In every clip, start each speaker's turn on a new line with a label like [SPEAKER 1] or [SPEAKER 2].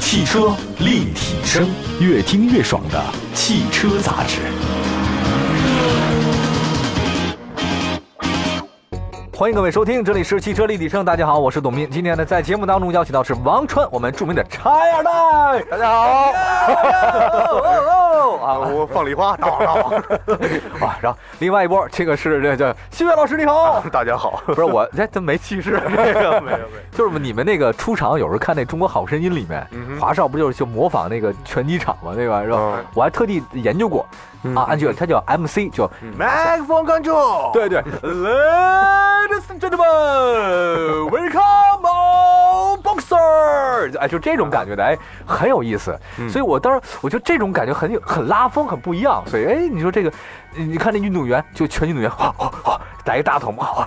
[SPEAKER 1] 汽车立体声，越听越爽的汽车杂志。
[SPEAKER 2] 欢迎各位收听，这里是汽车立体声。大家好，我是董斌。今天呢，在节目当中邀请到是王川，我们著名的拆二代。大家
[SPEAKER 3] 哎
[SPEAKER 2] 好。哦
[SPEAKER 3] 啊，我放礼花，大王大王，
[SPEAKER 2] 啊，然后另外一波，这个是这叫新月老师，你好。
[SPEAKER 3] 大家好。
[SPEAKER 2] 不是我，这真没气势。
[SPEAKER 3] 没有没有没有，
[SPEAKER 2] 就是你们那个出场，有时候看那《中国好声音》里面，
[SPEAKER 3] 嗯哼
[SPEAKER 2] 华少不就是就模仿那个拳击场嘛，对吧？是吧？
[SPEAKER 3] 嗯
[SPEAKER 2] 我还特地研究过、啊，安全，他叫 MC，叫、
[SPEAKER 3] 嗯 Microphone control，
[SPEAKER 2] 对对，Ladies and gentlemen，welcome all boxer，哎，就这种感觉的，哎，很有意思。所以我当时我觉得这种感觉很有很拉风，很不一样。所以，哎，你说这个，你你看那运动员，就拳击运动员，哗哗哗，打一大桶，哗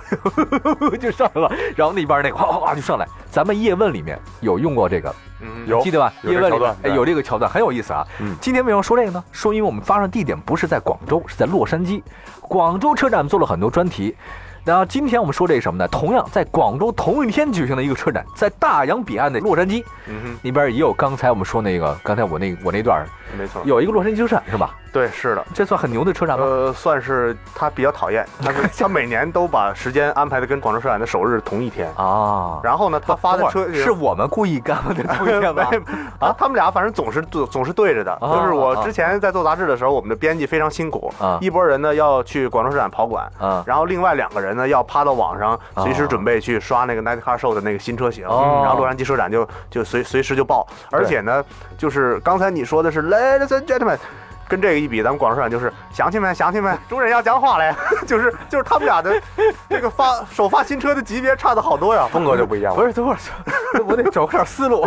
[SPEAKER 2] 哗就上来了，然后那边那个哗哗哗就上来。咱们叶问里面有用过这个，
[SPEAKER 3] 嗯
[SPEAKER 2] 记得吧？
[SPEAKER 3] 有
[SPEAKER 2] 叶
[SPEAKER 3] 这
[SPEAKER 2] 问里
[SPEAKER 3] 桥段
[SPEAKER 2] 面哎
[SPEAKER 3] 对
[SPEAKER 2] 有这个桥段，很有意思啊。
[SPEAKER 3] 嗯
[SPEAKER 2] 今天为什么说这个呢？说因为我们发生的地点不是在广州，是在洛杉矶。广州车展做了很多专题。那今天我们说这什么呢？同样在广州同一天举行的一个车展，在大洋彼岸的洛杉矶
[SPEAKER 3] 嗯
[SPEAKER 2] 那边也有刚才我们说那个，刚才我那我那段儿
[SPEAKER 3] 哼，没错，
[SPEAKER 2] 有一个嗯洛杉矶车展是吧？
[SPEAKER 3] 对是的，
[SPEAKER 2] 这算很牛的车展吗？
[SPEAKER 3] 呃，算是他比较讨厌，他们他每年都把时间安排的跟广州车展的首日同一天，
[SPEAKER 2] 啊，
[SPEAKER 3] 呃然后呢，他发的车
[SPEAKER 2] 是我们故意干的同一 天吧？
[SPEAKER 3] 啊，他们俩反正总是总总是对着的。就是我
[SPEAKER 2] 啊啊
[SPEAKER 3] 之前在做杂志的时候，我们的编辑非常辛苦
[SPEAKER 2] 啊，
[SPEAKER 3] 一拨人呢要去广州车展跑馆，
[SPEAKER 2] 啊
[SPEAKER 3] 然后另外两个人呢要趴到网上，随时准备去刷那个 Nightcar Show 的那个新车型，
[SPEAKER 2] 哦
[SPEAKER 3] 然后洛杉矶车展就就随随时就报。而且呢，就是刚才你说的是 Ladies and Gentlemen。跟这个一比，咱们广州车展就是乡亲们，乡亲们，主任要讲话嘞， 就是就是他们俩的这个发首发新车的级别差的好多呀，
[SPEAKER 4] 风格就不一
[SPEAKER 3] 啊
[SPEAKER 4] 样了。
[SPEAKER 2] 不是，等会儿，我得找个点思 路。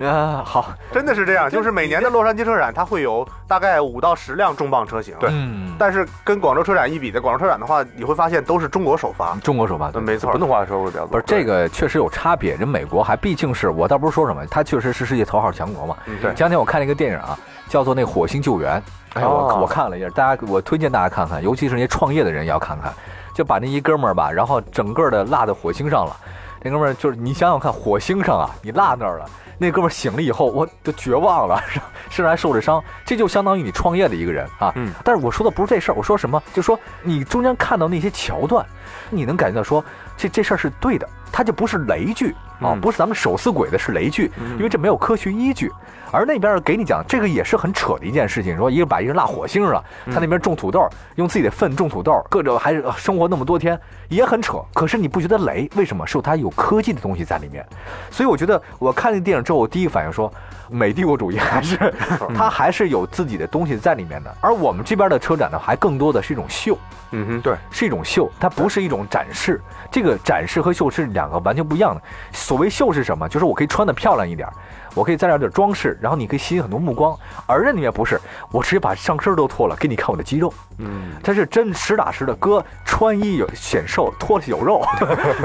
[SPEAKER 2] 啊，好，
[SPEAKER 3] 真的是这样，就是每年的洛杉矶车展，它会有大概五到十辆重磅车型。
[SPEAKER 4] 对
[SPEAKER 2] 嗯，
[SPEAKER 3] 但是跟广州车展一比的，广州车展的话，你会发现都是中国首发。
[SPEAKER 2] 中国首发，
[SPEAKER 3] 嗯，没错
[SPEAKER 4] 普，通话说会比较
[SPEAKER 2] 不
[SPEAKER 4] 多。
[SPEAKER 2] 是这个确实有差别，人美国还毕竟是我倒不是说什么，他确实是世界头号强国嘛。
[SPEAKER 3] 嗯对
[SPEAKER 2] 前两天我看了一个电影啊，叫做那《火星救援》，哎，我
[SPEAKER 4] 哦
[SPEAKER 2] 我看了一下，大家我推荐大家看看，尤其是那些创业的人也要看看，就把那一哥们儿吧，然后整个的落在火星上了。那哥们儿就是你想想看，火星上啊，你落那儿了，那哥们儿醒了以后，我都绝望了， 甚甚至还受着伤，这就相当于你创业的一个人啊。
[SPEAKER 4] 嗯。
[SPEAKER 2] 但是我说的不是这事儿，我说什么？就说你中间看到那些桥段，你能感觉到说这这事儿是对的，它就不是雷剧啊，
[SPEAKER 4] 嗯
[SPEAKER 2] 不是咱们手撕鬼的，是雷剧，因为这没有科学依据。而那边儿给你讲，这个也是很扯的一件事情，说一个把一个人落火星上了，他那边种土豆儿，用自己的粪种土豆儿，各种还是呃生活那么多天，也很扯。可是你不觉得雷？为什么？是有它有科技的东西在里面。所以我觉得我看那电影之后，我第一反应说，美帝国主义还是 它还是有自己的东西在里面的。而我们这边的车展呢，还更多的是一种秀。
[SPEAKER 3] 嗯哼，对，
[SPEAKER 2] 是一种秀，它不是一种展示。这个展示和秀是两个完全不一样的。所谓秀是什么？就是我可以穿的漂亮一点儿，我可以再点点装饰，然后你可以吸引很多目光。而这里面不是，我直接把上身都脱了，给你看我的肌肉。
[SPEAKER 4] 嗯，
[SPEAKER 2] 它是真实打实的，哥穿衣有显瘦，脱了有 肉。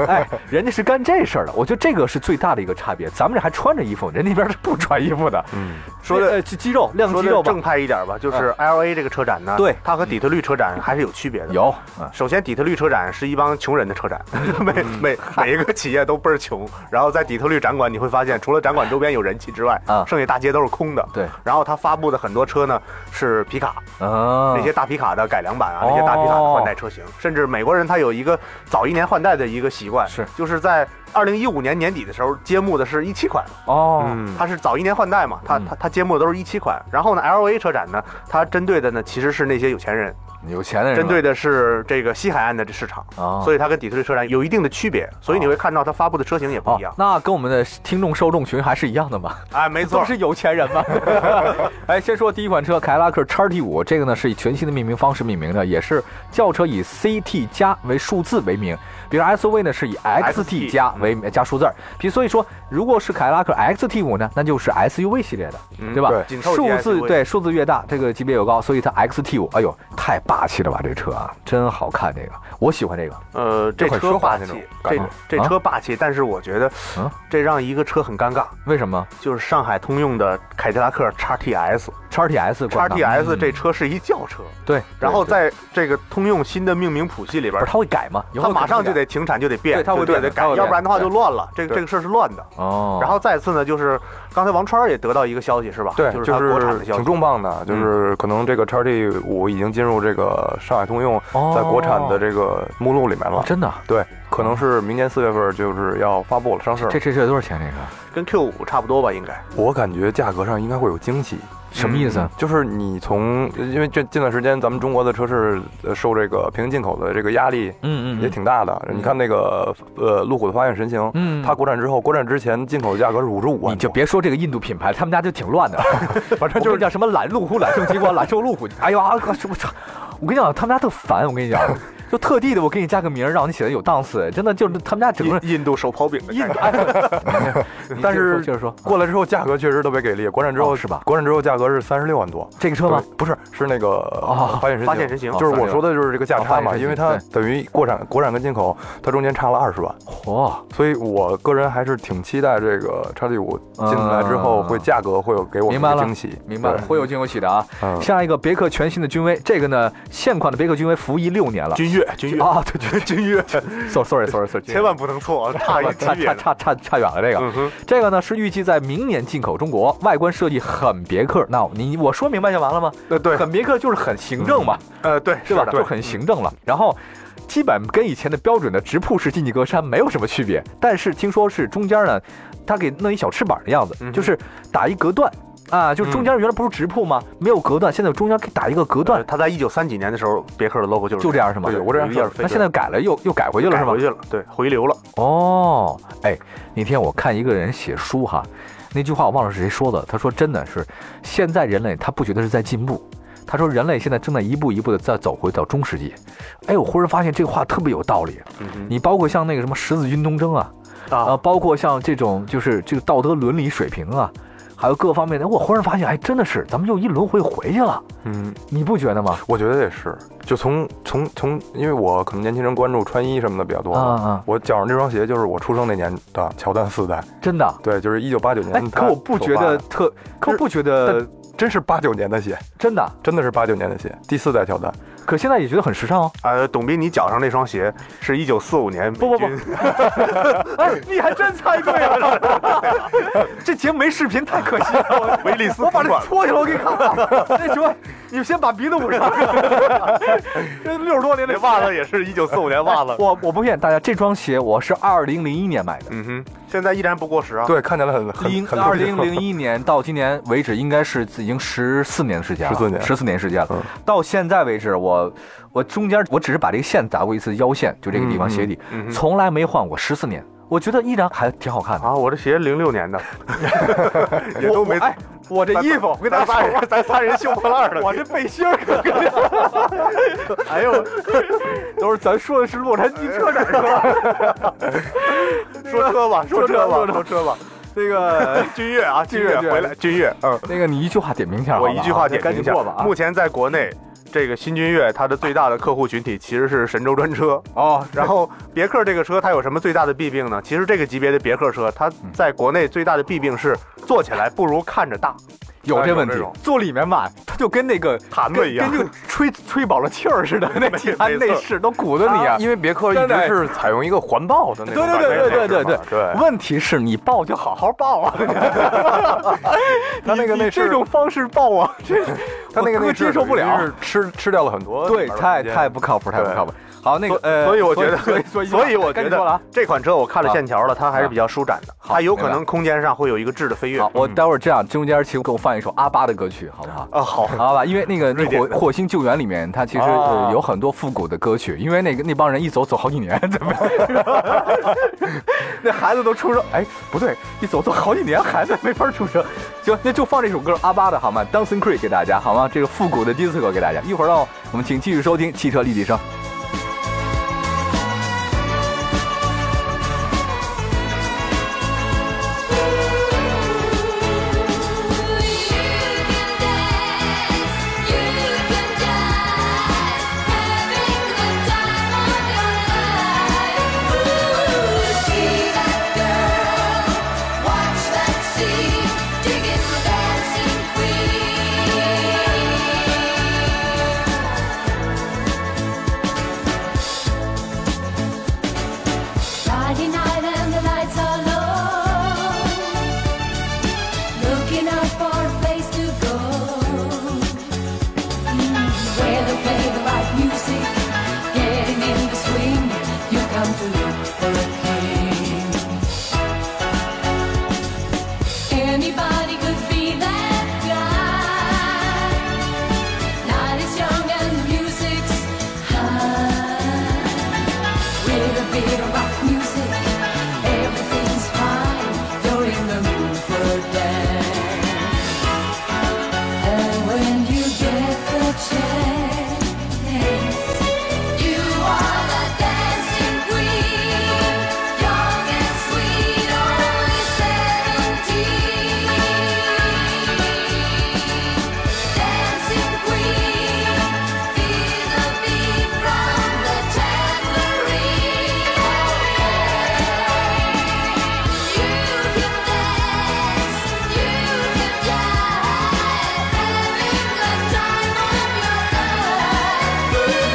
[SPEAKER 2] 哎，人家是干这事儿的，我觉得这个是最大的一个差别。咱们这还穿着衣服，人那边是不穿衣服的。
[SPEAKER 4] 嗯，
[SPEAKER 3] 说的
[SPEAKER 2] 呃肌肌肉亮
[SPEAKER 3] 说
[SPEAKER 2] 肌
[SPEAKER 3] 的
[SPEAKER 2] 肉吧嗯
[SPEAKER 3] 正，派一点吧，就是 L A 这个车展呢，
[SPEAKER 2] 对
[SPEAKER 3] 它和底特律车展还是有区别的。。
[SPEAKER 2] 有。嗯
[SPEAKER 3] 首先，底特律车展是一帮穷人的车展， 每每每一个企业都倍儿穷。然后在底特律展馆，你会发现，除了展馆周边有人气之外，
[SPEAKER 2] 啊
[SPEAKER 3] 剩下大街都是空的。
[SPEAKER 2] 对。
[SPEAKER 3] 然后他发布的很多车呢是皮卡，
[SPEAKER 2] 啊，
[SPEAKER 3] 那些大皮卡的改良版啊，那些
[SPEAKER 2] 哦
[SPEAKER 3] 大皮卡的换代车型，甚至美国人他有一个早一年换代的一个习惯，
[SPEAKER 2] 是
[SPEAKER 3] 就是在二零一五年年底的时候揭幕的是一七款，
[SPEAKER 2] 哦，
[SPEAKER 4] 嗯，
[SPEAKER 3] 它是早一年换代嘛，它
[SPEAKER 2] 嗯
[SPEAKER 3] 它它揭幕的都是一七款。然后呢，L A 车展呢，它针对的呢其实是那些有钱人，
[SPEAKER 2] 有钱的人
[SPEAKER 3] 针对
[SPEAKER 2] 的
[SPEAKER 3] 的是这个西海岸的这市场，
[SPEAKER 2] 啊，
[SPEAKER 3] 所以它跟底特律车展有一定的区别，所以你会看到它发布的车型也不
[SPEAKER 2] 哦
[SPEAKER 3] 一样，。
[SPEAKER 2] 那跟我们的听众受众群还是一样的嘛？
[SPEAKER 3] 哎，没
[SPEAKER 2] 都
[SPEAKER 3] 错，
[SPEAKER 2] 是有钱人 嘛。哎，先说第一款车凯迪拉克 XT 五，这个呢是以全新的命名方式命名的，也是轿车以 CT 加为数字为名，比如 SUV 呢是以 XT 加为
[SPEAKER 3] 嗯
[SPEAKER 2] 加数字儿，比所以说如果是凯迪拉克 XT 五呢，那就是 SUV 系列的，
[SPEAKER 3] 嗯
[SPEAKER 2] 对吧？
[SPEAKER 4] 对
[SPEAKER 3] 紧凑级
[SPEAKER 2] 数字
[SPEAKER 3] SUV
[SPEAKER 2] 对数字越大，这个级别越高，所以它 XT 五，哎呦，太霸气了吧？这车啊，真好看，这个我喜欢这个。
[SPEAKER 3] 呃，这
[SPEAKER 2] 很奢
[SPEAKER 3] 车
[SPEAKER 2] 华
[SPEAKER 3] 霸
[SPEAKER 2] 那种
[SPEAKER 3] 气，
[SPEAKER 2] 感
[SPEAKER 3] 这
[SPEAKER 2] 觉
[SPEAKER 3] 这
[SPEAKER 2] 啊
[SPEAKER 3] 车霸气，但是我觉得
[SPEAKER 2] 嗯
[SPEAKER 3] 这让一个车很尴尬，
[SPEAKER 2] 为什么
[SPEAKER 3] 就是上海通用的凯迪拉克 XTS。
[SPEAKER 2] x T S 冠道
[SPEAKER 3] XTS
[SPEAKER 2] 嗯
[SPEAKER 3] 这车是一轿车，
[SPEAKER 2] 对，
[SPEAKER 3] 然后
[SPEAKER 2] 对
[SPEAKER 3] 在这个通用新的命名谱系里
[SPEAKER 2] 不
[SPEAKER 3] 边
[SPEAKER 2] 是，它会改吗？以后
[SPEAKER 3] 它马上
[SPEAKER 2] 可
[SPEAKER 3] 就
[SPEAKER 2] 能会
[SPEAKER 3] 得停产就得变，
[SPEAKER 2] 对它会
[SPEAKER 3] 就
[SPEAKER 2] 变
[SPEAKER 3] 得
[SPEAKER 2] 的
[SPEAKER 3] 改
[SPEAKER 2] 它会，
[SPEAKER 3] 要不然的话就
[SPEAKER 2] 变
[SPEAKER 3] 乱了。这个
[SPEAKER 2] 对
[SPEAKER 3] 这个事儿是乱的。
[SPEAKER 2] 改哦。
[SPEAKER 3] 然后再次呢，就是刚才王川儿也得到一个消息是吧？
[SPEAKER 4] 对，
[SPEAKER 3] 就
[SPEAKER 4] 就是
[SPEAKER 3] 它国产的消
[SPEAKER 4] 挺
[SPEAKER 3] 息。
[SPEAKER 4] 重磅的，
[SPEAKER 2] 嗯
[SPEAKER 4] 就是可能这个 XT 五已经进入这个上海通用在国产的这个目录里面
[SPEAKER 2] 哦
[SPEAKER 4] 了。
[SPEAKER 2] 真的啊，
[SPEAKER 4] 对，可能是明年四月份就是要发布了上市了
[SPEAKER 2] 这。这这多少钱？这个
[SPEAKER 3] 跟 Q 五差不多吧，应该。
[SPEAKER 4] 我感觉价格上应该会有惊喜，
[SPEAKER 2] 什么意思？
[SPEAKER 4] 就是你从因为这近段时间咱们中国的车市呃受这个平行进口的这个压力
[SPEAKER 2] 嗯嗯嗯
[SPEAKER 4] 也挺大的。你看那个呃路虎的发现神行，
[SPEAKER 2] 嗯
[SPEAKER 4] 它国产之后，国产之前进口的价格是五十五万，
[SPEAKER 2] 你就别说这个印度品牌，他们家就挺乱 的，反正就是叫什么蓝路虎、揽胜极光、揽胜路虎。 哎呦啊，什么我跟你讲，他们家特烦。我跟你讲， 就特地的，我给你加个名儿，让你显得有档次。真的就是他们家整个
[SPEAKER 3] 印印度手刨饼的
[SPEAKER 2] 印
[SPEAKER 3] 感
[SPEAKER 2] 度啊
[SPEAKER 3] 觉。，
[SPEAKER 2] 你
[SPEAKER 4] 但
[SPEAKER 2] 接着说，
[SPEAKER 4] 是
[SPEAKER 2] 接着说
[SPEAKER 4] 过来之后价格确实特别给力，国产之后、
[SPEAKER 2] 哦是吧
[SPEAKER 4] 国产之后价格是三十六万多，
[SPEAKER 2] 这个车吗？
[SPEAKER 4] 对？不是，是那个、呃
[SPEAKER 2] 哦
[SPEAKER 4] 发现神
[SPEAKER 3] 发现神行
[SPEAKER 4] 就是我说的就是这个价
[SPEAKER 2] 哦发
[SPEAKER 4] 差
[SPEAKER 2] 现
[SPEAKER 4] 嘛，
[SPEAKER 2] 神行
[SPEAKER 4] 因为它
[SPEAKER 2] 对
[SPEAKER 4] 等于国产国产跟进口，它中间差了二十万，
[SPEAKER 2] 嚯，
[SPEAKER 4] 所以我个人还是挺期待这个叉 T 五进来之后
[SPEAKER 2] 嗯
[SPEAKER 4] 会价格会有给我们
[SPEAKER 2] 明白
[SPEAKER 4] 一个
[SPEAKER 2] 了
[SPEAKER 4] 惊喜，
[SPEAKER 2] 明白了，
[SPEAKER 4] 对
[SPEAKER 2] 会有惊有喜的啊。
[SPEAKER 4] 嗯
[SPEAKER 2] 下一个别克全新的君威，这个呢，现款的别克君威服役六年了。
[SPEAKER 3] 君 越，君越，
[SPEAKER 2] 啊，对 对，君越，sorry sorry sorry sorry，
[SPEAKER 3] 千万不能错，差一级
[SPEAKER 2] 差
[SPEAKER 3] 别
[SPEAKER 2] 差
[SPEAKER 3] 的。
[SPEAKER 2] 差差差远了这个。
[SPEAKER 3] 嗯哼，
[SPEAKER 2] 这个呢是预计在明年进口中国，外观设计很别克。那你我说明白就完了吗？
[SPEAKER 3] 呃对，
[SPEAKER 2] 很别克就是很行政嘛，
[SPEAKER 3] 呃对，
[SPEAKER 2] 对吧？
[SPEAKER 3] 是的
[SPEAKER 2] 就很行政了。然后。基本跟以前的标准的直瀑式进气格栅没有什么区别，但是听说是中间呢，它给弄一小翅膀的样子，
[SPEAKER 3] 嗯哼
[SPEAKER 2] 就是打一隔断啊，就是中间原来不是直瀑吗？没有隔断，现在中间可以打一个隔
[SPEAKER 3] 呃
[SPEAKER 2] 断，
[SPEAKER 3] 他在一九三几年的时候，别克的 logo 就是
[SPEAKER 2] 就这样是吗
[SPEAKER 4] 对？我这样
[SPEAKER 3] 有一
[SPEAKER 4] 说
[SPEAKER 3] 点废
[SPEAKER 2] 那现在改了又又改回去了是
[SPEAKER 3] 改
[SPEAKER 2] 吗
[SPEAKER 3] 回？去了，对，回流了。
[SPEAKER 2] 哦，哎，那天我看一个人写书哈，那句话我忘了是谁说的，他说真的是现在人类他不觉得是在进步。他说：“人类现在正在一步一步的在走回到中世纪。”哎，我忽然发现这个话特别有道理。
[SPEAKER 3] 嗯哼
[SPEAKER 2] 你包括像那个什么十字军东征啊，啊，
[SPEAKER 3] 啊，
[SPEAKER 2] 包括像这种就是这个道德伦理水平啊，还有各方面的，我忽然发现，哎，真的是咱们又一轮回回去了，
[SPEAKER 4] 嗯，
[SPEAKER 2] 你不觉得吗？
[SPEAKER 4] 我觉得也是，就从从从，因为我可能年轻人关注穿衣什么的比较多。
[SPEAKER 2] 啊啊，
[SPEAKER 4] 我脚上这双鞋就是我出生那年的乔丹四代，
[SPEAKER 2] 真的。
[SPEAKER 4] 对，就是一九八九年
[SPEAKER 2] 哎，
[SPEAKER 4] 嗯他首
[SPEAKER 2] 可
[SPEAKER 4] 发的。
[SPEAKER 2] 我不觉得特，可我不觉得
[SPEAKER 4] 真是八九年的鞋，
[SPEAKER 2] 真的。
[SPEAKER 4] 真的是八九年的鞋，第四代乔丹。
[SPEAKER 2] 可现在也觉得很时尚哦。
[SPEAKER 3] 呃，董斌，你脚上那双鞋是一九四五年
[SPEAKER 2] 不不不
[SPEAKER 3] 美军
[SPEAKER 2] 哎，你还真猜对了！ 这节目没视频太可惜了，我
[SPEAKER 3] 威利斯
[SPEAKER 2] 我把这
[SPEAKER 3] 宾馆
[SPEAKER 2] 脱下来我给你看看。那什么，你们先把鼻子捂上。 这六十多年
[SPEAKER 3] 那
[SPEAKER 2] 的
[SPEAKER 3] 袜子也是一九四五年袜 子。
[SPEAKER 2] 我我不骗大家，这双鞋我是二零零一年买的。
[SPEAKER 3] 嗯哼，现在依然不过时啊。
[SPEAKER 4] 对，看起来很很
[SPEAKER 2] 零
[SPEAKER 4] 很
[SPEAKER 2] 二零零一年到今年为止，应该是已经十四年的时间了，
[SPEAKER 4] 14年
[SPEAKER 2] 十四年时间了。
[SPEAKER 4] 嗯
[SPEAKER 2] 到现在为止，我我中间我只是把这个线砸过一次腰线，就这个地方
[SPEAKER 4] 嗯
[SPEAKER 2] 鞋底，
[SPEAKER 3] 嗯哼
[SPEAKER 2] 从来没换过，十四年，我觉得依然还挺好看的。
[SPEAKER 3] 啊，我这鞋零六年的，也
[SPEAKER 2] 我
[SPEAKER 3] 都没
[SPEAKER 2] 我哎，我这衣服，我跟大家说，
[SPEAKER 3] 人，咱仨人秀破烂儿的。
[SPEAKER 2] 我这背心儿可跟，哎呦，都是咱说的是洛杉矶车展是吧？
[SPEAKER 3] 说车吧，说车吧，说车吧。
[SPEAKER 2] 那个
[SPEAKER 3] 君越啊，君越
[SPEAKER 2] 君越
[SPEAKER 3] 回来，君越，嗯，
[SPEAKER 2] 那个，你一句话点评一下好不
[SPEAKER 3] 我
[SPEAKER 2] 好，
[SPEAKER 3] 一句话点
[SPEAKER 2] 赶
[SPEAKER 3] 评一
[SPEAKER 2] 紧
[SPEAKER 3] 下
[SPEAKER 2] 过吧啊。
[SPEAKER 3] 目前在国内，这个新君越它的最大的客户群体其实是神州专车。
[SPEAKER 2] 哦，
[SPEAKER 3] 然后别克这个车它有什么最大的弊病呢？其实这个级别的别克车，它在国内最大的弊病是坐起来不如看着大，
[SPEAKER 2] 有这问题
[SPEAKER 3] 有这种，
[SPEAKER 2] 坐里面吧，它就跟那个
[SPEAKER 3] 盘子
[SPEAKER 2] 跟
[SPEAKER 3] 一样
[SPEAKER 2] 跟。就吹吹饱了气儿似的，那
[SPEAKER 3] 没
[SPEAKER 2] 其他
[SPEAKER 3] 没错
[SPEAKER 2] 内饰都鼓捣你
[SPEAKER 4] 啊
[SPEAKER 2] 啊，
[SPEAKER 4] 因为别克一直是采用一个环抱的那种
[SPEAKER 2] 对
[SPEAKER 4] 感
[SPEAKER 2] 对
[SPEAKER 4] 觉
[SPEAKER 2] 对对对
[SPEAKER 4] 对
[SPEAKER 2] 对
[SPEAKER 4] 对
[SPEAKER 2] 问题是你抱就好好抱啊，
[SPEAKER 4] 他那个
[SPEAKER 2] 你
[SPEAKER 4] 内
[SPEAKER 2] 这
[SPEAKER 4] 饰，
[SPEAKER 2] 种方式抱啊， 这
[SPEAKER 4] 他那个
[SPEAKER 2] 我
[SPEAKER 4] 内饰
[SPEAKER 2] 接受不了
[SPEAKER 4] 等于是吃吃掉了很多里
[SPEAKER 2] 对
[SPEAKER 4] 面的空
[SPEAKER 2] 太
[SPEAKER 4] 间，
[SPEAKER 2] 太不靠谱，太不
[SPEAKER 4] 对
[SPEAKER 2] 靠谱。好，那个呃，
[SPEAKER 3] 所以我觉得
[SPEAKER 2] 所以所以，
[SPEAKER 3] 所以我
[SPEAKER 2] 该
[SPEAKER 3] 觉
[SPEAKER 2] 你说了
[SPEAKER 3] 得
[SPEAKER 2] 啊。
[SPEAKER 3] 这款车我看了啊
[SPEAKER 2] 啊
[SPEAKER 3] 线条了，它还是比较舒展的，
[SPEAKER 2] 好
[SPEAKER 3] 它有可
[SPEAKER 2] 明白
[SPEAKER 3] 能空间上会有一个质的飞跃。
[SPEAKER 2] 好，我待会儿这样，中间请给我放一首阿巴的歌曲，好不好？
[SPEAKER 3] 嗯啊好，
[SPEAKER 2] 好吧，因为那个
[SPEAKER 3] 瑞典
[SPEAKER 2] 火
[SPEAKER 3] 的
[SPEAKER 2] 火星救援里面，它其实
[SPEAKER 3] 啊
[SPEAKER 2] 呃有很多复古的歌曲，因为那个那帮人一走走好几年，怎么？ 那孩子都出生，哎，不对，一走走好几年，孩子没法出生。行，那就放这首歌阿巴的好吗？Dancing Creek 给大家好吗？这个复古的 disco 给大家。一会儿让我们请继续收听汽车立体声。
[SPEAKER 5] You can dance, you can dance. Mm, to look for a plane. Anybody could be that guy. Night is young and the music's high. With a bit of rock music, everything's fine. You're in the mood for a dance. And when you get the chance, you are the dancing queen, young and sweet, only seventeen. Dancing queen, feel the beat from the tambourine. You can dance, you can jive, having the time of your life.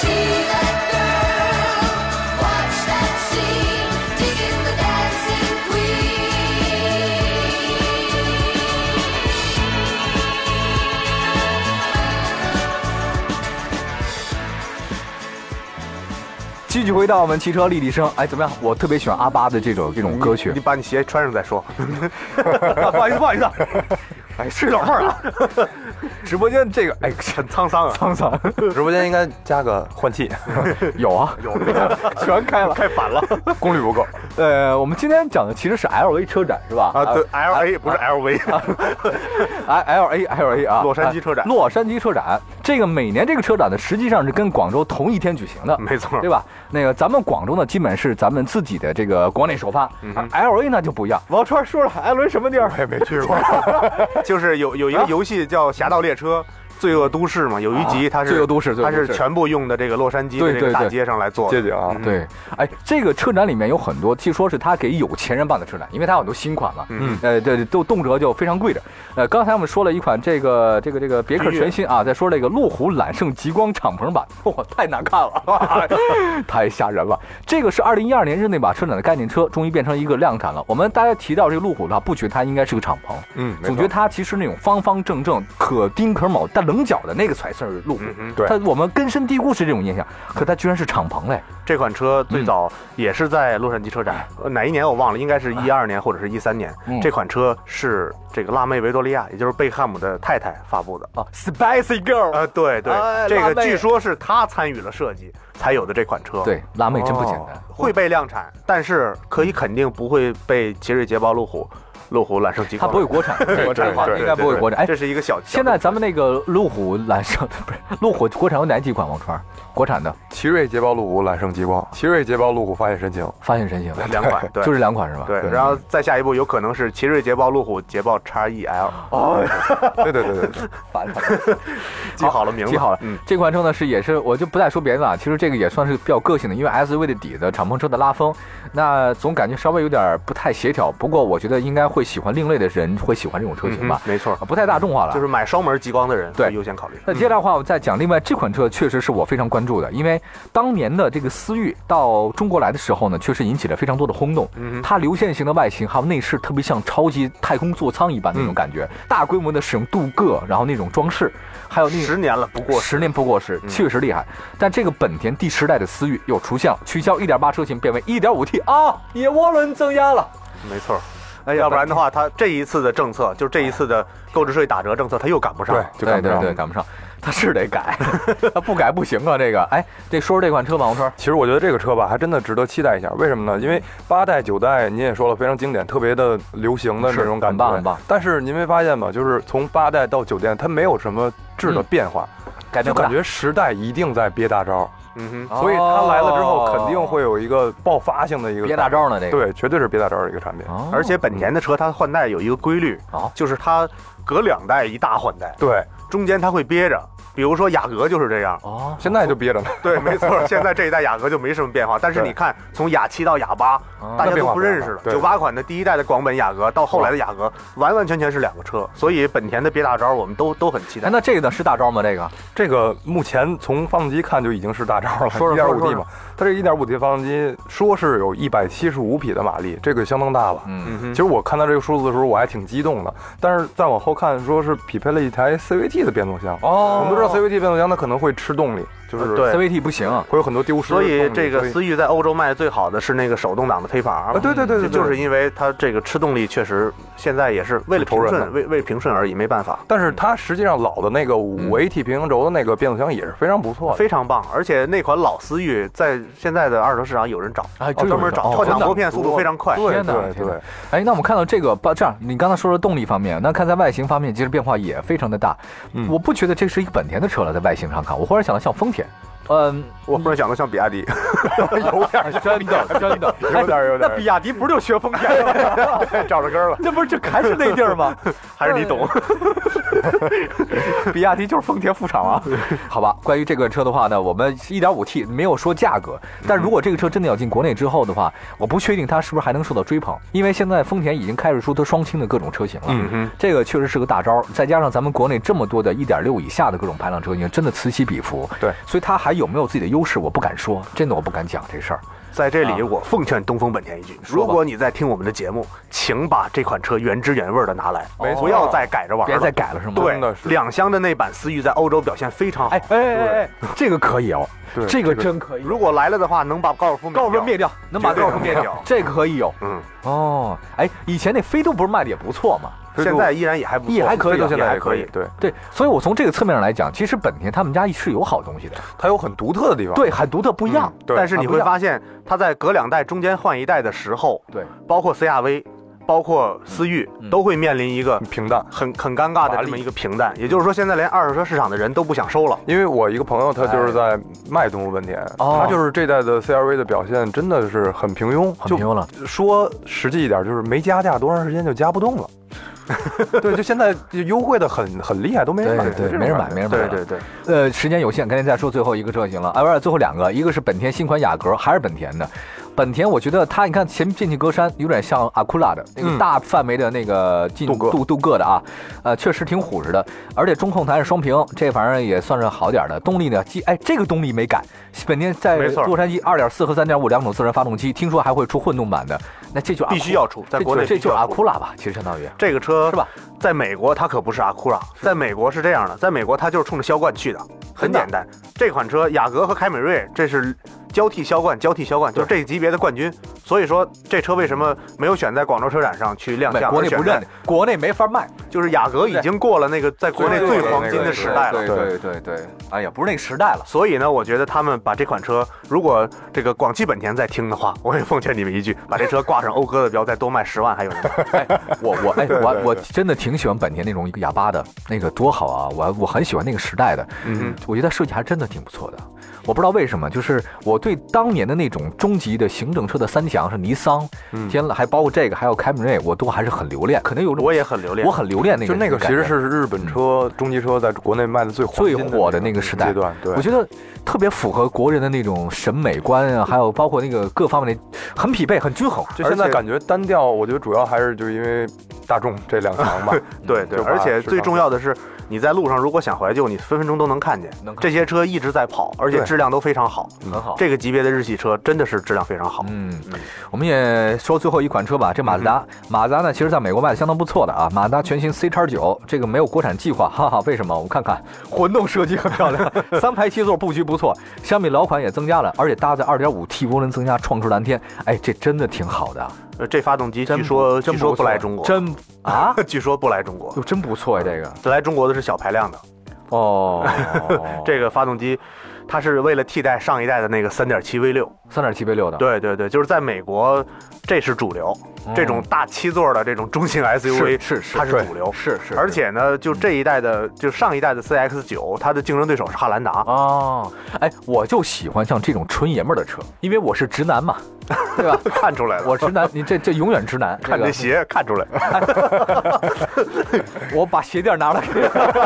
[SPEAKER 5] See that girl, watch that scene, digging the dancing queen.
[SPEAKER 2] 继续回到我们汽车立体声，哎，怎么样？我特别喜欢阿巴的这种这种歌曲
[SPEAKER 3] 你。把你鞋穿上再说。
[SPEAKER 2] 不好意思，不好意思，哎，吹老儿了。 直播间这个，哎，
[SPEAKER 3] 很沧桑啊，
[SPEAKER 2] 沧桑
[SPEAKER 4] 直播间应该加个换气，
[SPEAKER 2] 有啊，有， 全开了。
[SPEAKER 3] 太反了
[SPEAKER 4] 功率不够。
[SPEAKER 2] 呃，我们今天讲的其实是 L A 车展是吧？
[SPEAKER 3] 啊！对，L A 不是 L V，
[SPEAKER 2] 哎，L A L A 啊，
[SPEAKER 3] 洛杉矶车展
[SPEAKER 2] 哎洛杉矶车展，这个每年这个车展呢，实际上是跟广州同一天举行的，
[SPEAKER 3] 没错
[SPEAKER 2] 对吧？那个咱们广州呢，基本是咱们自己的这个国内首发、l 啊 A 呢就不一样。嗯王川说了，L A 什么地儿？
[SPEAKER 4] 我也没去过，
[SPEAKER 3] 就是有有一个游戏叫《侠盗猎车》。罪恶都市嘛，有一集它是
[SPEAKER 2] 啊罪恶都市罪恶
[SPEAKER 3] 它
[SPEAKER 2] 都市
[SPEAKER 3] 是全部用的这个洛杉矶
[SPEAKER 2] 对
[SPEAKER 3] 的这
[SPEAKER 2] 对
[SPEAKER 3] 个大
[SPEAKER 2] 对
[SPEAKER 3] 街上来做
[SPEAKER 4] 街
[SPEAKER 3] 的。嗯
[SPEAKER 4] 景啊。
[SPEAKER 2] 对，哎，这个车展里面有很多，据说是他给有钱人办的车展，因为它有很多新款嘛，
[SPEAKER 3] 嗯，
[SPEAKER 2] 呃，对，都动辄就非常贵的。呃，刚才我们说了一款这个这个这个别克全新啊，再说这个路虎揽胜极光敞篷版，哇，太难看了， 太吓人了。这个是二零一二年日内瓦车展的概念车，终于变成一个量产了。我们大家提到这个路虎的话，不觉得它应该是个敞篷，
[SPEAKER 4] 嗯，没错
[SPEAKER 2] 总觉得它其实那种方方正正、可丁可卯但棱角的那个才算是路虎。
[SPEAKER 3] 嗯
[SPEAKER 4] 对
[SPEAKER 2] 但我们根深蒂固是这种印象，可它居然是敞篷嘞。
[SPEAKER 3] 这款车
[SPEAKER 2] 嗯
[SPEAKER 3] 最早也是在洛杉矶车展，呃哪一年我忘了，应该是一二年或者是一三年
[SPEAKER 2] 啊嗯。
[SPEAKER 3] 这款车是这个辣妹维多利亚，也就是贝汉姆的太太发布的。
[SPEAKER 2] 啊，Spicy Girl，、
[SPEAKER 3] 呃，对对
[SPEAKER 2] 哎，
[SPEAKER 3] 这
[SPEAKER 2] 辣妹
[SPEAKER 3] 个据说是她参与了设计才有的这款车。
[SPEAKER 2] 对，辣妹真不简单。
[SPEAKER 3] 哦会被量产，但是可以肯定不会被奇瑞、捷豹、路虎、路虎揽胜极
[SPEAKER 2] 它
[SPEAKER 3] 光。
[SPEAKER 2] 不会国 产，
[SPEAKER 4] 国产
[SPEAKER 2] 这个
[SPEAKER 4] 对
[SPEAKER 2] 应该不会国产。哎
[SPEAKER 3] 这，是一个小。
[SPEAKER 2] 现在咱们那个路虎揽胜不是路虎国产有哪几款？王川，国产的
[SPEAKER 4] 奇瑞捷豹路虎揽胜极光，奇瑞捷豹路虎发现神情，
[SPEAKER 2] 发现神行，
[SPEAKER 3] 两款，对，
[SPEAKER 2] 就是两款是吧？
[SPEAKER 3] 对， 然后再下一步有可能是奇瑞、捷豹、路虎、捷豹 XEL，
[SPEAKER 4] 对对对对 对，
[SPEAKER 2] 烦他
[SPEAKER 3] 记好了名字，
[SPEAKER 2] 记好了。
[SPEAKER 3] 嗯，
[SPEAKER 2] 这款车呢是也是，我就不再说别的了。其实这个也算是比较个性的，因为 SUV 的底子，敞篷车的拉风，那总感觉稍微有点不太协调。不过我觉得应该会喜欢另类的人会喜欢这种车型吧，
[SPEAKER 3] 嗯没错
[SPEAKER 2] 啊，不太大众化了。
[SPEAKER 3] 就是买双门极光的人
[SPEAKER 2] 对
[SPEAKER 3] 会优先考虑。
[SPEAKER 2] 那接下来的话，我再讲另外这款车，确实是我非常关注的，因为当年的这个思域到中国来的时候呢，确实引起了非常多的轰动。
[SPEAKER 3] 嗯哼，
[SPEAKER 2] 它流线型的外形还有内饰，特别像超级太空座舱一般那种感觉，大规模的使用镀铬，然后那种装饰，还有那
[SPEAKER 3] 十年了，不过
[SPEAKER 2] 十年不过时，嗯确实厉害。但这个本田第十代的思域又出现了，取消1.8车型变为 1.5T 啊，也涡轮增压了。
[SPEAKER 3] 没错。哎，要不然的话，它这一次的政策，就是这一次的购置税打折政策，它又赶不上。
[SPEAKER 4] 对就
[SPEAKER 2] 对
[SPEAKER 4] 赶不
[SPEAKER 2] 对
[SPEAKER 4] 上
[SPEAKER 2] 对，赶不上，它是得 改，它不改不行啊。这个，哎，这说说这款车吧，王川。
[SPEAKER 4] 其实我觉得这个车吧，还真的值得期待一下。为什么呢？因为八代、九代，您也说了，非常经典，特别的流行的
[SPEAKER 2] 是
[SPEAKER 4] 那种感觉，
[SPEAKER 2] 很棒很棒。
[SPEAKER 4] 但是您没发现吗？就是从八代到九代，它没有什么质的
[SPEAKER 2] 嗯
[SPEAKER 4] 变化，
[SPEAKER 2] 改
[SPEAKER 4] 就
[SPEAKER 2] 变不大
[SPEAKER 4] 感觉时代一定在憋大招，
[SPEAKER 3] 嗯哼，
[SPEAKER 4] 所以它来了之后，肯定会有一个爆发性的一个
[SPEAKER 2] 哦憋大招呢，这个。
[SPEAKER 4] 对，绝对是憋大招的一个产品。
[SPEAKER 2] 哦，
[SPEAKER 3] 而且本田的车它换代有一个规律
[SPEAKER 2] 哦，
[SPEAKER 3] 就是它隔两代一大换代，
[SPEAKER 4] 对，
[SPEAKER 3] 中间它会憋着。比如说雅阁就是这样，
[SPEAKER 2] 哦，
[SPEAKER 4] 现在就憋着呢。
[SPEAKER 3] 对，没错，现在这一代雅阁就没什么变化，但是
[SPEAKER 4] 对
[SPEAKER 3] 你看，从雅七到雅八
[SPEAKER 2] 哦，
[SPEAKER 3] 大家都不认识
[SPEAKER 4] 那变化
[SPEAKER 3] 了
[SPEAKER 4] 不。大
[SPEAKER 3] 九八款的第一代的广本雅阁到后来的雅阁，完完全全是两个车，所以本田的憋大招我们都都很期
[SPEAKER 2] 哎，
[SPEAKER 4] 啊
[SPEAKER 3] 待。
[SPEAKER 2] 那这个呢是大招吗？这个
[SPEAKER 4] 这个目前从发动机看就已经是大招了，
[SPEAKER 2] 说说
[SPEAKER 4] 一点
[SPEAKER 2] 说
[SPEAKER 4] 五
[SPEAKER 2] 说
[SPEAKER 4] T 嘛，它这一点五 T 发动机说是有一百七十五匹的马力，这个相当大了。
[SPEAKER 2] 嗯，
[SPEAKER 4] 其实我看到这个数字的时候，我还挺激动的。但是再往后看，说是匹配了一台 CVT 的变速箱。
[SPEAKER 2] 哦
[SPEAKER 4] 我们都知道 CVT 变速箱它可能会吃动力，就是
[SPEAKER 3] 对
[SPEAKER 2] ，CVT 不行。
[SPEAKER 4] 会有很多丢失
[SPEAKER 3] 所
[SPEAKER 4] 的动力。
[SPEAKER 3] 以这个
[SPEAKER 4] 所以
[SPEAKER 3] 思域在欧洲卖的最好的是那个手动挡的 Taper R，
[SPEAKER 4] 啊对对对对对
[SPEAKER 3] 就是因为它这个吃动力确实现在也是为了平
[SPEAKER 4] 很愁人
[SPEAKER 3] 顺，
[SPEAKER 4] 的
[SPEAKER 3] 为为平顺而已，没办法。
[SPEAKER 4] 但是它实际上老的那个
[SPEAKER 2] 嗯
[SPEAKER 4] 五 AT 平行轴的那个变速箱也是非常不错的，
[SPEAKER 3] 非常棒，而且那款老思域在现在的二手市场有人找，
[SPEAKER 2] 哎真有
[SPEAKER 3] 专门
[SPEAKER 2] 人找
[SPEAKER 3] 找
[SPEAKER 2] 哦
[SPEAKER 3] 换挡
[SPEAKER 2] 真的
[SPEAKER 3] 拨片速度非常快。
[SPEAKER 4] 对
[SPEAKER 2] 天哪
[SPEAKER 4] 对
[SPEAKER 2] 天
[SPEAKER 4] 对
[SPEAKER 2] 哪，哎，那我们看到这个，吧，这样你刚才说的动力方面，那看在外形方面，其实变化也非常的大。
[SPEAKER 4] 嗯
[SPEAKER 2] 我不觉得这是一个本田的车了，在外形上看，我忽然想到像丰田。嗯，
[SPEAKER 3] 我忽然想到像比亚迪，
[SPEAKER 4] 有点
[SPEAKER 2] 哎 真的真的，
[SPEAKER 4] 有点有点
[SPEAKER 2] 哎那比亚迪不是就学丰田的吗？
[SPEAKER 4] 找着根儿了。
[SPEAKER 2] 那不是就还是那地儿吗？
[SPEAKER 3] 还是 你懂。
[SPEAKER 2] 比亚迪就是丰田副厂啊。好吧，关于这个车的话呢，我们 1.5T 没有说价格，
[SPEAKER 4] 嗯
[SPEAKER 2] 但如果这个车真的要进国内之后的话，我不确定它是不是还能受到追捧，因为现在丰田已经开始出它双清的各种车型了。
[SPEAKER 4] 嗯
[SPEAKER 3] 哼，
[SPEAKER 2] 这个确实是个大招，再加上咱们国内这么多的1.6以下的各种排量车型，真的此起彼伏。
[SPEAKER 4] 对
[SPEAKER 2] 所以它还有没有自己的优势，我不敢说，真的我不敢讲这事儿。
[SPEAKER 3] 在这里，
[SPEAKER 2] 啊
[SPEAKER 3] 我奉劝东风本田一句：
[SPEAKER 2] 说吧
[SPEAKER 3] 如果你在听我们的节目，请把这款车原汁原味的拿来，
[SPEAKER 4] 没错
[SPEAKER 3] 不要再改着玩
[SPEAKER 2] 别
[SPEAKER 3] 了。
[SPEAKER 2] 再改了是吗？
[SPEAKER 4] 真的是
[SPEAKER 3] 对，两厢的那版思域在欧洲表现非常好
[SPEAKER 2] 哎。哎哎哎，这个可以哦，
[SPEAKER 4] 对
[SPEAKER 2] 这个
[SPEAKER 4] 这个
[SPEAKER 2] 真可以。
[SPEAKER 3] 如果来了的话，能把高尔夫
[SPEAKER 2] 高尔夫灭
[SPEAKER 3] 掉。
[SPEAKER 2] 掉，能把
[SPEAKER 3] 绝对
[SPEAKER 2] 高尔夫
[SPEAKER 3] 能
[SPEAKER 2] 灭
[SPEAKER 3] 灭
[SPEAKER 2] 掉
[SPEAKER 3] 掉，
[SPEAKER 2] 这个可以有。
[SPEAKER 3] 嗯，
[SPEAKER 2] 哦，哎，以前那飞度不是卖的也不错嘛？
[SPEAKER 4] 飞度
[SPEAKER 3] 现在依然也还不错，
[SPEAKER 2] 也还可以
[SPEAKER 3] 飞度
[SPEAKER 4] 现
[SPEAKER 3] 现在
[SPEAKER 4] 在
[SPEAKER 3] 还
[SPEAKER 4] 也
[SPEAKER 3] 可
[SPEAKER 4] 可以，
[SPEAKER 3] 以。
[SPEAKER 4] 对，
[SPEAKER 2] 对，所以我从这个侧面上来讲，其实本田他们家是有好东西的，
[SPEAKER 4] 它有很独特的地方。
[SPEAKER 2] 对，很独特不一样。
[SPEAKER 4] 对
[SPEAKER 3] 但是
[SPEAKER 2] 啊
[SPEAKER 3] 你
[SPEAKER 2] 还不一
[SPEAKER 3] 会
[SPEAKER 2] 样
[SPEAKER 3] 发现，它在隔两代中间换一代的时候，
[SPEAKER 2] 对，
[SPEAKER 3] 包括 CRV，包括思域，
[SPEAKER 2] 嗯
[SPEAKER 3] 都会面临一个
[SPEAKER 4] 平淡。
[SPEAKER 3] 很很尴尬的这么一个平淡。也就是说，现在连二手车市场的人都不想收了。
[SPEAKER 4] 因为我一个朋友，他就是在卖东风本田，
[SPEAKER 2] 哎哦
[SPEAKER 4] 他就是这代的 CRV 的表现真的是很平庸，
[SPEAKER 2] 很平庸了。
[SPEAKER 4] 就说实际一点，就是没加价多长时间就加 不动了。对，就现在就优惠的很很厉害，都没人买，
[SPEAKER 2] 对对
[SPEAKER 4] 就这种
[SPEAKER 2] 没人买
[SPEAKER 4] 感觉
[SPEAKER 2] 没人买
[SPEAKER 3] 对对对，
[SPEAKER 2] 呃，时间有限，赶紧再说最后一个车型了。哎，不是最后两个，一个是本田新款雅阁，还是本田的。本田，我觉得它，你看前进气格栅有点像阿库拉的那个
[SPEAKER 4] 嗯
[SPEAKER 2] 大范围的那个进
[SPEAKER 4] 镀铬
[SPEAKER 2] 镀镀铬的啊，呃，确实挺虎实的。而且中控台是双屏，这反正也算是好点儿的。动力呢，机哎，这个动力没改，本田在
[SPEAKER 3] 没错
[SPEAKER 2] 洛杉矶二点四和三点五两种自然发动机，听说还会出混动版的，那这就阿库
[SPEAKER 3] 必须要出在
[SPEAKER 2] 这
[SPEAKER 3] 国内
[SPEAKER 2] 就这
[SPEAKER 3] 必须
[SPEAKER 2] 就是
[SPEAKER 3] 要
[SPEAKER 2] 阿
[SPEAKER 3] 出
[SPEAKER 2] 库拉吧，其实相当于。
[SPEAKER 3] 这个车
[SPEAKER 2] 是吧？
[SPEAKER 3] 在美国它可不是阿库拉，在美国是这样的，在美国它就是冲着销冠去的，很
[SPEAKER 2] 真的
[SPEAKER 3] 简单。这款车雅阁和凯美瑞这是交替销冠，交替销冠，就是这级别的冠军。所以说这车为什么没有选在广州车展上去亮
[SPEAKER 2] 美
[SPEAKER 3] 相？
[SPEAKER 2] 国内
[SPEAKER 3] 而选
[SPEAKER 2] 不认
[SPEAKER 3] 在，
[SPEAKER 2] 国内没法卖。
[SPEAKER 3] 就是雅阁已经过了那个在国内最黄金的时代了。
[SPEAKER 2] 对对对对，哎呀，不是那个时代了。
[SPEAKER 3] 所以呢，我觉得他们把这款车，如果这个广汽本田在听的话，我也奉劝你们一句，把这车挂上讴歌的标，再多卖十万还有人买。
[SPEAKER 2] 我我哎，
[SPEAKER 4] 对
[SPEAKER 2] 我
[SPEAKER 4] 对
[SPEAKER 2] 我
[SPEAKER 4] 对
[SPEAKER 2] 真的挺喜欢本田那种一个哑巴的那个多好啊！我我很喜欢那个时代的，
[SPEAKER 3] 嗯
[SPEAKER 2] 我觉得它设计还真的挺不错的。我不知道为什么，就是我对当年的那种中级的行政车的三强是尼桑、
[SPEAKER 4] 嗯
[SPEAKER 2] 天籁，还包括这个，还有凯美瑞，我都还是很留恋，可能有种
[SPEAKER 3] 我也很留恋
[SPEAKER 2] 我。很留恋那个
[SPEAKER 4] 就那个其
[SPEAKER 2] 感觉
[SPEAKER 4] 实是日本车、中级车在国内卖的最黄
[SPEAKER 2] 最
[SPEAKER 4] 金
[SPEAKER 2] 火的那个时代
[SPEAKER 4] 阶段，对，
[SPEAKER 2] 我觉得特别符合国人的那种审美观啊，还有包括那个各方面的很匹配，很均衡。
[SPEAKER 4] 就现在感觉单调，我觉得主要还是就因为大众这两强 吧。
[SPEAKER 3] 对对，
[SPEAKER 4] 就把
[SPEAKER 3] 而且
[SPEAKER 4] 市
[SPEAKER 3] 最
[SPEAKER 4] 场
[SPEAKER 3] 重要的是，你在路上如果想怀旧，你分分钟都能看见。
[SPEAKER 2] 能看
[SPEAKER 3] 这些车一直在跑，而且
[SPEAKER 4] 对
[SPEAKER 3] 质量都非常好。
[SPEAKER 2] 很好。
[SPEAKER 3] 这个级别的日系车真的是质量非常好。
[SPEAKER 2] 嗯，我们也说最后一款车吧，这马自达，
[SPEAKER 3] 嗯
[SPEAKER 2] 马自达呢，其实在美国卖的相当不错的啊。马自达全新 C 叉九，这个没有国产计划，哈哈，为什么？我们看看，混动设计很漂 亮，三排七座布局不错，相比老款也增加了，而且搭载2 5 T 涡轮增压，创出蓝天，哎，这真的挺好的啊，
[SPEAKER 3] 呃，这发动机
[SPEAKER 2] 真
[SPEAKER 3] 据说
[SPEAKER 2] 真
[SPEAKER 3] 据说
[SPEAKER 2] 错
[SPEAKER 3] 不来中国，
[SPEAKER 2] 真啊，
[SPEAKER 3] 据说不来中国，
[SPEAKER 2] 哟，真不 错呀、这个
[SPEAKER 3] 来中国的是小排量的。，
[SPEAKER 2] 哦
[SPEAKER 3] 这个发动机，它是为了替代上一代的那个3.7 V 六。
[SPEAKER 2] 三点七 V 六的，
[SPEAKER 3] 对对对，就是在美国，这是主流，这种大七座的这种中型 SUV
[SPEAKER 2] 哦是是
[SPEAKER 3] 它是
[SPEAKER 2] 对
[SPEAKER 3] 主流，
[SPEAKER 2] 是是，嗯
[SPEAKER 3] 而且呢，就这一代的，就上一代的 CX 九，它的竞争对手是汉兰达。
[SPEAKER 2] 哦，哎，我就喜欢像这种纯爷们儿的车，因为我是直男嘛，对吧？
[SPEAKER 3] 看出来 了，
[SPEAKER 2] 我直男，你这这永远直男。这
[SPEAKER 3] 看这
[SPEAKER 2] 个
[SPEAKER 3] 鞋看出来，
[SPEAKER 2] 我把鞋垫拿来，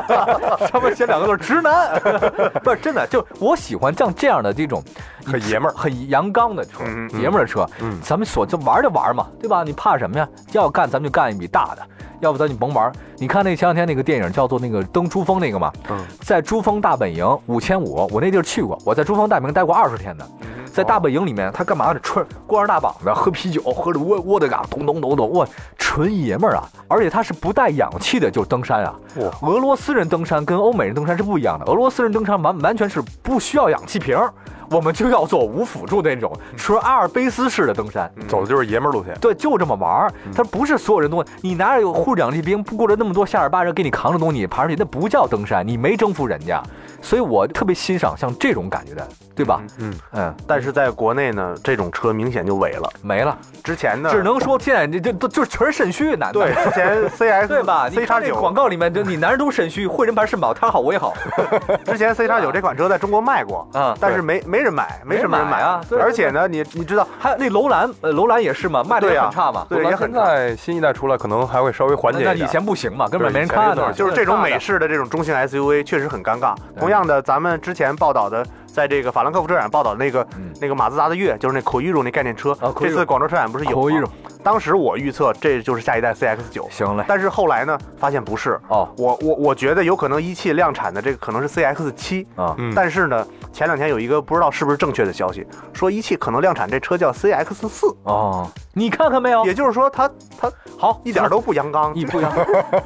[SPEAKER 2] 上面写两个字儿“直男”， 不是真的，就我喜欢像这样的这种
[SPEAKER 4] 很爷们儿
[SPEAKER 2] 很阳刚的车，
[SPEAKER 3] 嗯
[SPEAKER 2] 爷们儿的车。
[SPEAKER 4] 嗯
[SPEAKER 2] 咱们所就玩就玩嘛，对吧？你怕什么呀？要干咱们就干一笔大的，要不咱就甭玩。你看那前两天那个电影叫做那个《登珠峰》那个嘛，
[SPEAKER 4] 嗯
[SPEAKER 2] 在珠峰大本营五千五，我那地儿去过，我在珠峰大本营待过二十天呢。在大本营里面，他干嘛？穿光着大膀子， 喝啤酒，喝着窝窝的嘎，咚咚咚咚，哇，纯爷们儿啊！而且他是不带氧气的就登山啊。
[SPEAKER 4] 哇
[SPEAKER 2] 俄罗斯人登山跟欧美人登山是不一样的，俄罗斯人登山完完全是不需要氧气瓶儿，我们就要做无辅助那种，纯阿尔卑斯式的登山。
[SPEAKER 4] 走的就是爷们儿路线。
[SPEAKER 2] 对，就这么玩儿。
[SPEAKER 3] 嗯
[SPEAKER 2] 他不是所有人都，你拿着有护着氧气瓶，过着那么多夏尔巴人给你扛着东西爬上去，那不叫登山，你没征服人家。所以我特别欣赏像这种感觉的，对吧？
[SPEAKER 4] 嗯，
[SPEAKER 2] 嗯，
[SPEAKER 3] 但是在国内呢，这种车明显就萎了。
[SPEAKER 2] 没了，
[SPEAKER 3] 之前呢，
[SPEAKER 2] 只能说现在这这都就是全是肾虚，男的。
[SPEAKER 3] 对 之 前 CS
[SPEAKER 2] 对吧？你
[SPEAKER 3] ？C
[SPEAKER 2] 看
[SPEAKER 3] 叉
[SPEAKER 2] 这
[SPEAKER 3] 九
[SPEAKER 2] 广告里面，就你男人都是肾虚，会人牌肾宝，他好我也 好。
[SPEAKER 3] 之前 C 叉九这款车在中国卖过，
[SPEAKER 2] 嗯
[SPEAKER 3] 但是没没人买，
[SPEAKER 2] 没
[SPEAKER 3] 什么人
[SPEAKER 2] 人买啊对
[SPEAKER 3] 而且呢，你你知道，
[SPEAKER 2] 还有那楼兰，呃，楼兰也是嘛，卖的
[SPEAKER 3] 对
[SPEAKER 2] 也
[SPEAKER 3] 呀
[SPEAKER 2] 很差嘛。
[SPEAKER 3] 对，也很
[SPEAKER 4] 现在新一代出来，可能还会稍微缓解
[SPEAKER 2] 那
[SPEAKER 4] 一
[SPEAKER 2] 以
[SPEAKER 4] 点。
[SPEAKER 2] 前不行嘛，根本
[SPEAKER 4] 对
[SPEAKER 2] 没人
[SPEAKER 4] 以前那
[SPEAKER 2] 看
[SPEAKER 4] 段
[SPEAKER 2] 呢
[SPEAKER 4] 儿。
[SPEAKER 3] 就是这种
[SPEAKER 2] 大的
[SPEAKER 3] 美式的这种中型 SUV 确实很尴尬。同样的，咱们之前报道的，在这个法兰克福车展报道的那个、
[SPEAKER 2] 嗯
[SPEAKER 3] 那个马自达的月，就是那 c o i r o 那概念车，
[SPEAKER 2] 啊，Coiro
[SPEAKER 3] 这次广州车展不是有吗
[SPEAKER 2] Coiro
[SPEAKER 3] 当时我预测这就是下一代 CX 九，
[SPEAKER 2] 行嘞。
[SPEAKER 3] 但是后来呢，发现不是。
[SPEAKER 2] 哦，
[SPEAKER 3] 我我我觉得有可能一汽量产的这个可能是 CX 七
[SPEAKER 2] 啊
[SPEAKER 4] 嗯
[SPEAKER 3] 但是呢，前两天有一个不知道是不是正确的消息，说一汽可能量产这车叫 CX 四，
[SPEAKER 2] 哦，你看看没有？
[SPEAKER 3] 也就是说它它
[SPEAKER 2] 好，
[SPEAKER 3] 一点都不阳刚，
[SPEAKER 2] 你不 要。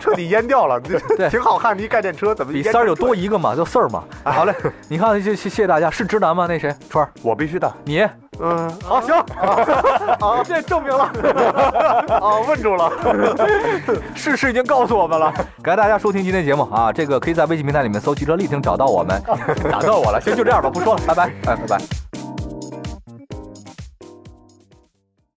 [SPEAKER 3] 彻底淹掉了，
[SPEAKER 2] 对
[SPEAKER 3] 这挺好看的一概念车，怎么
[SPEAKER 2] 比
[SPEAKER 3] 淹
[SPEAKER 2] 三儿有
[SPEAKER 3] 成这
[SPEAKER 2] 多一个嘛，叫四儿嘛。
[SPEAKER 3] 哎
[SPEAKER 2] 好嘞，你看，谢谢谢大家，是直男吗？那谁，川儿，
[SPEAKER 4] 我必须的，
[SPEAKER 2] 你
[SPEAKER 3] 嗯，好、行，好、这证明了，啊，问住了，
[SPEAKER 2] 事实已经告诉我们了。感谢大家收听今天节目啊， 这个可以在微信平台里面搜“汽车立听”找到我们，打断我了，行，就这样吧，不说了，拜拜，哎，拜拜。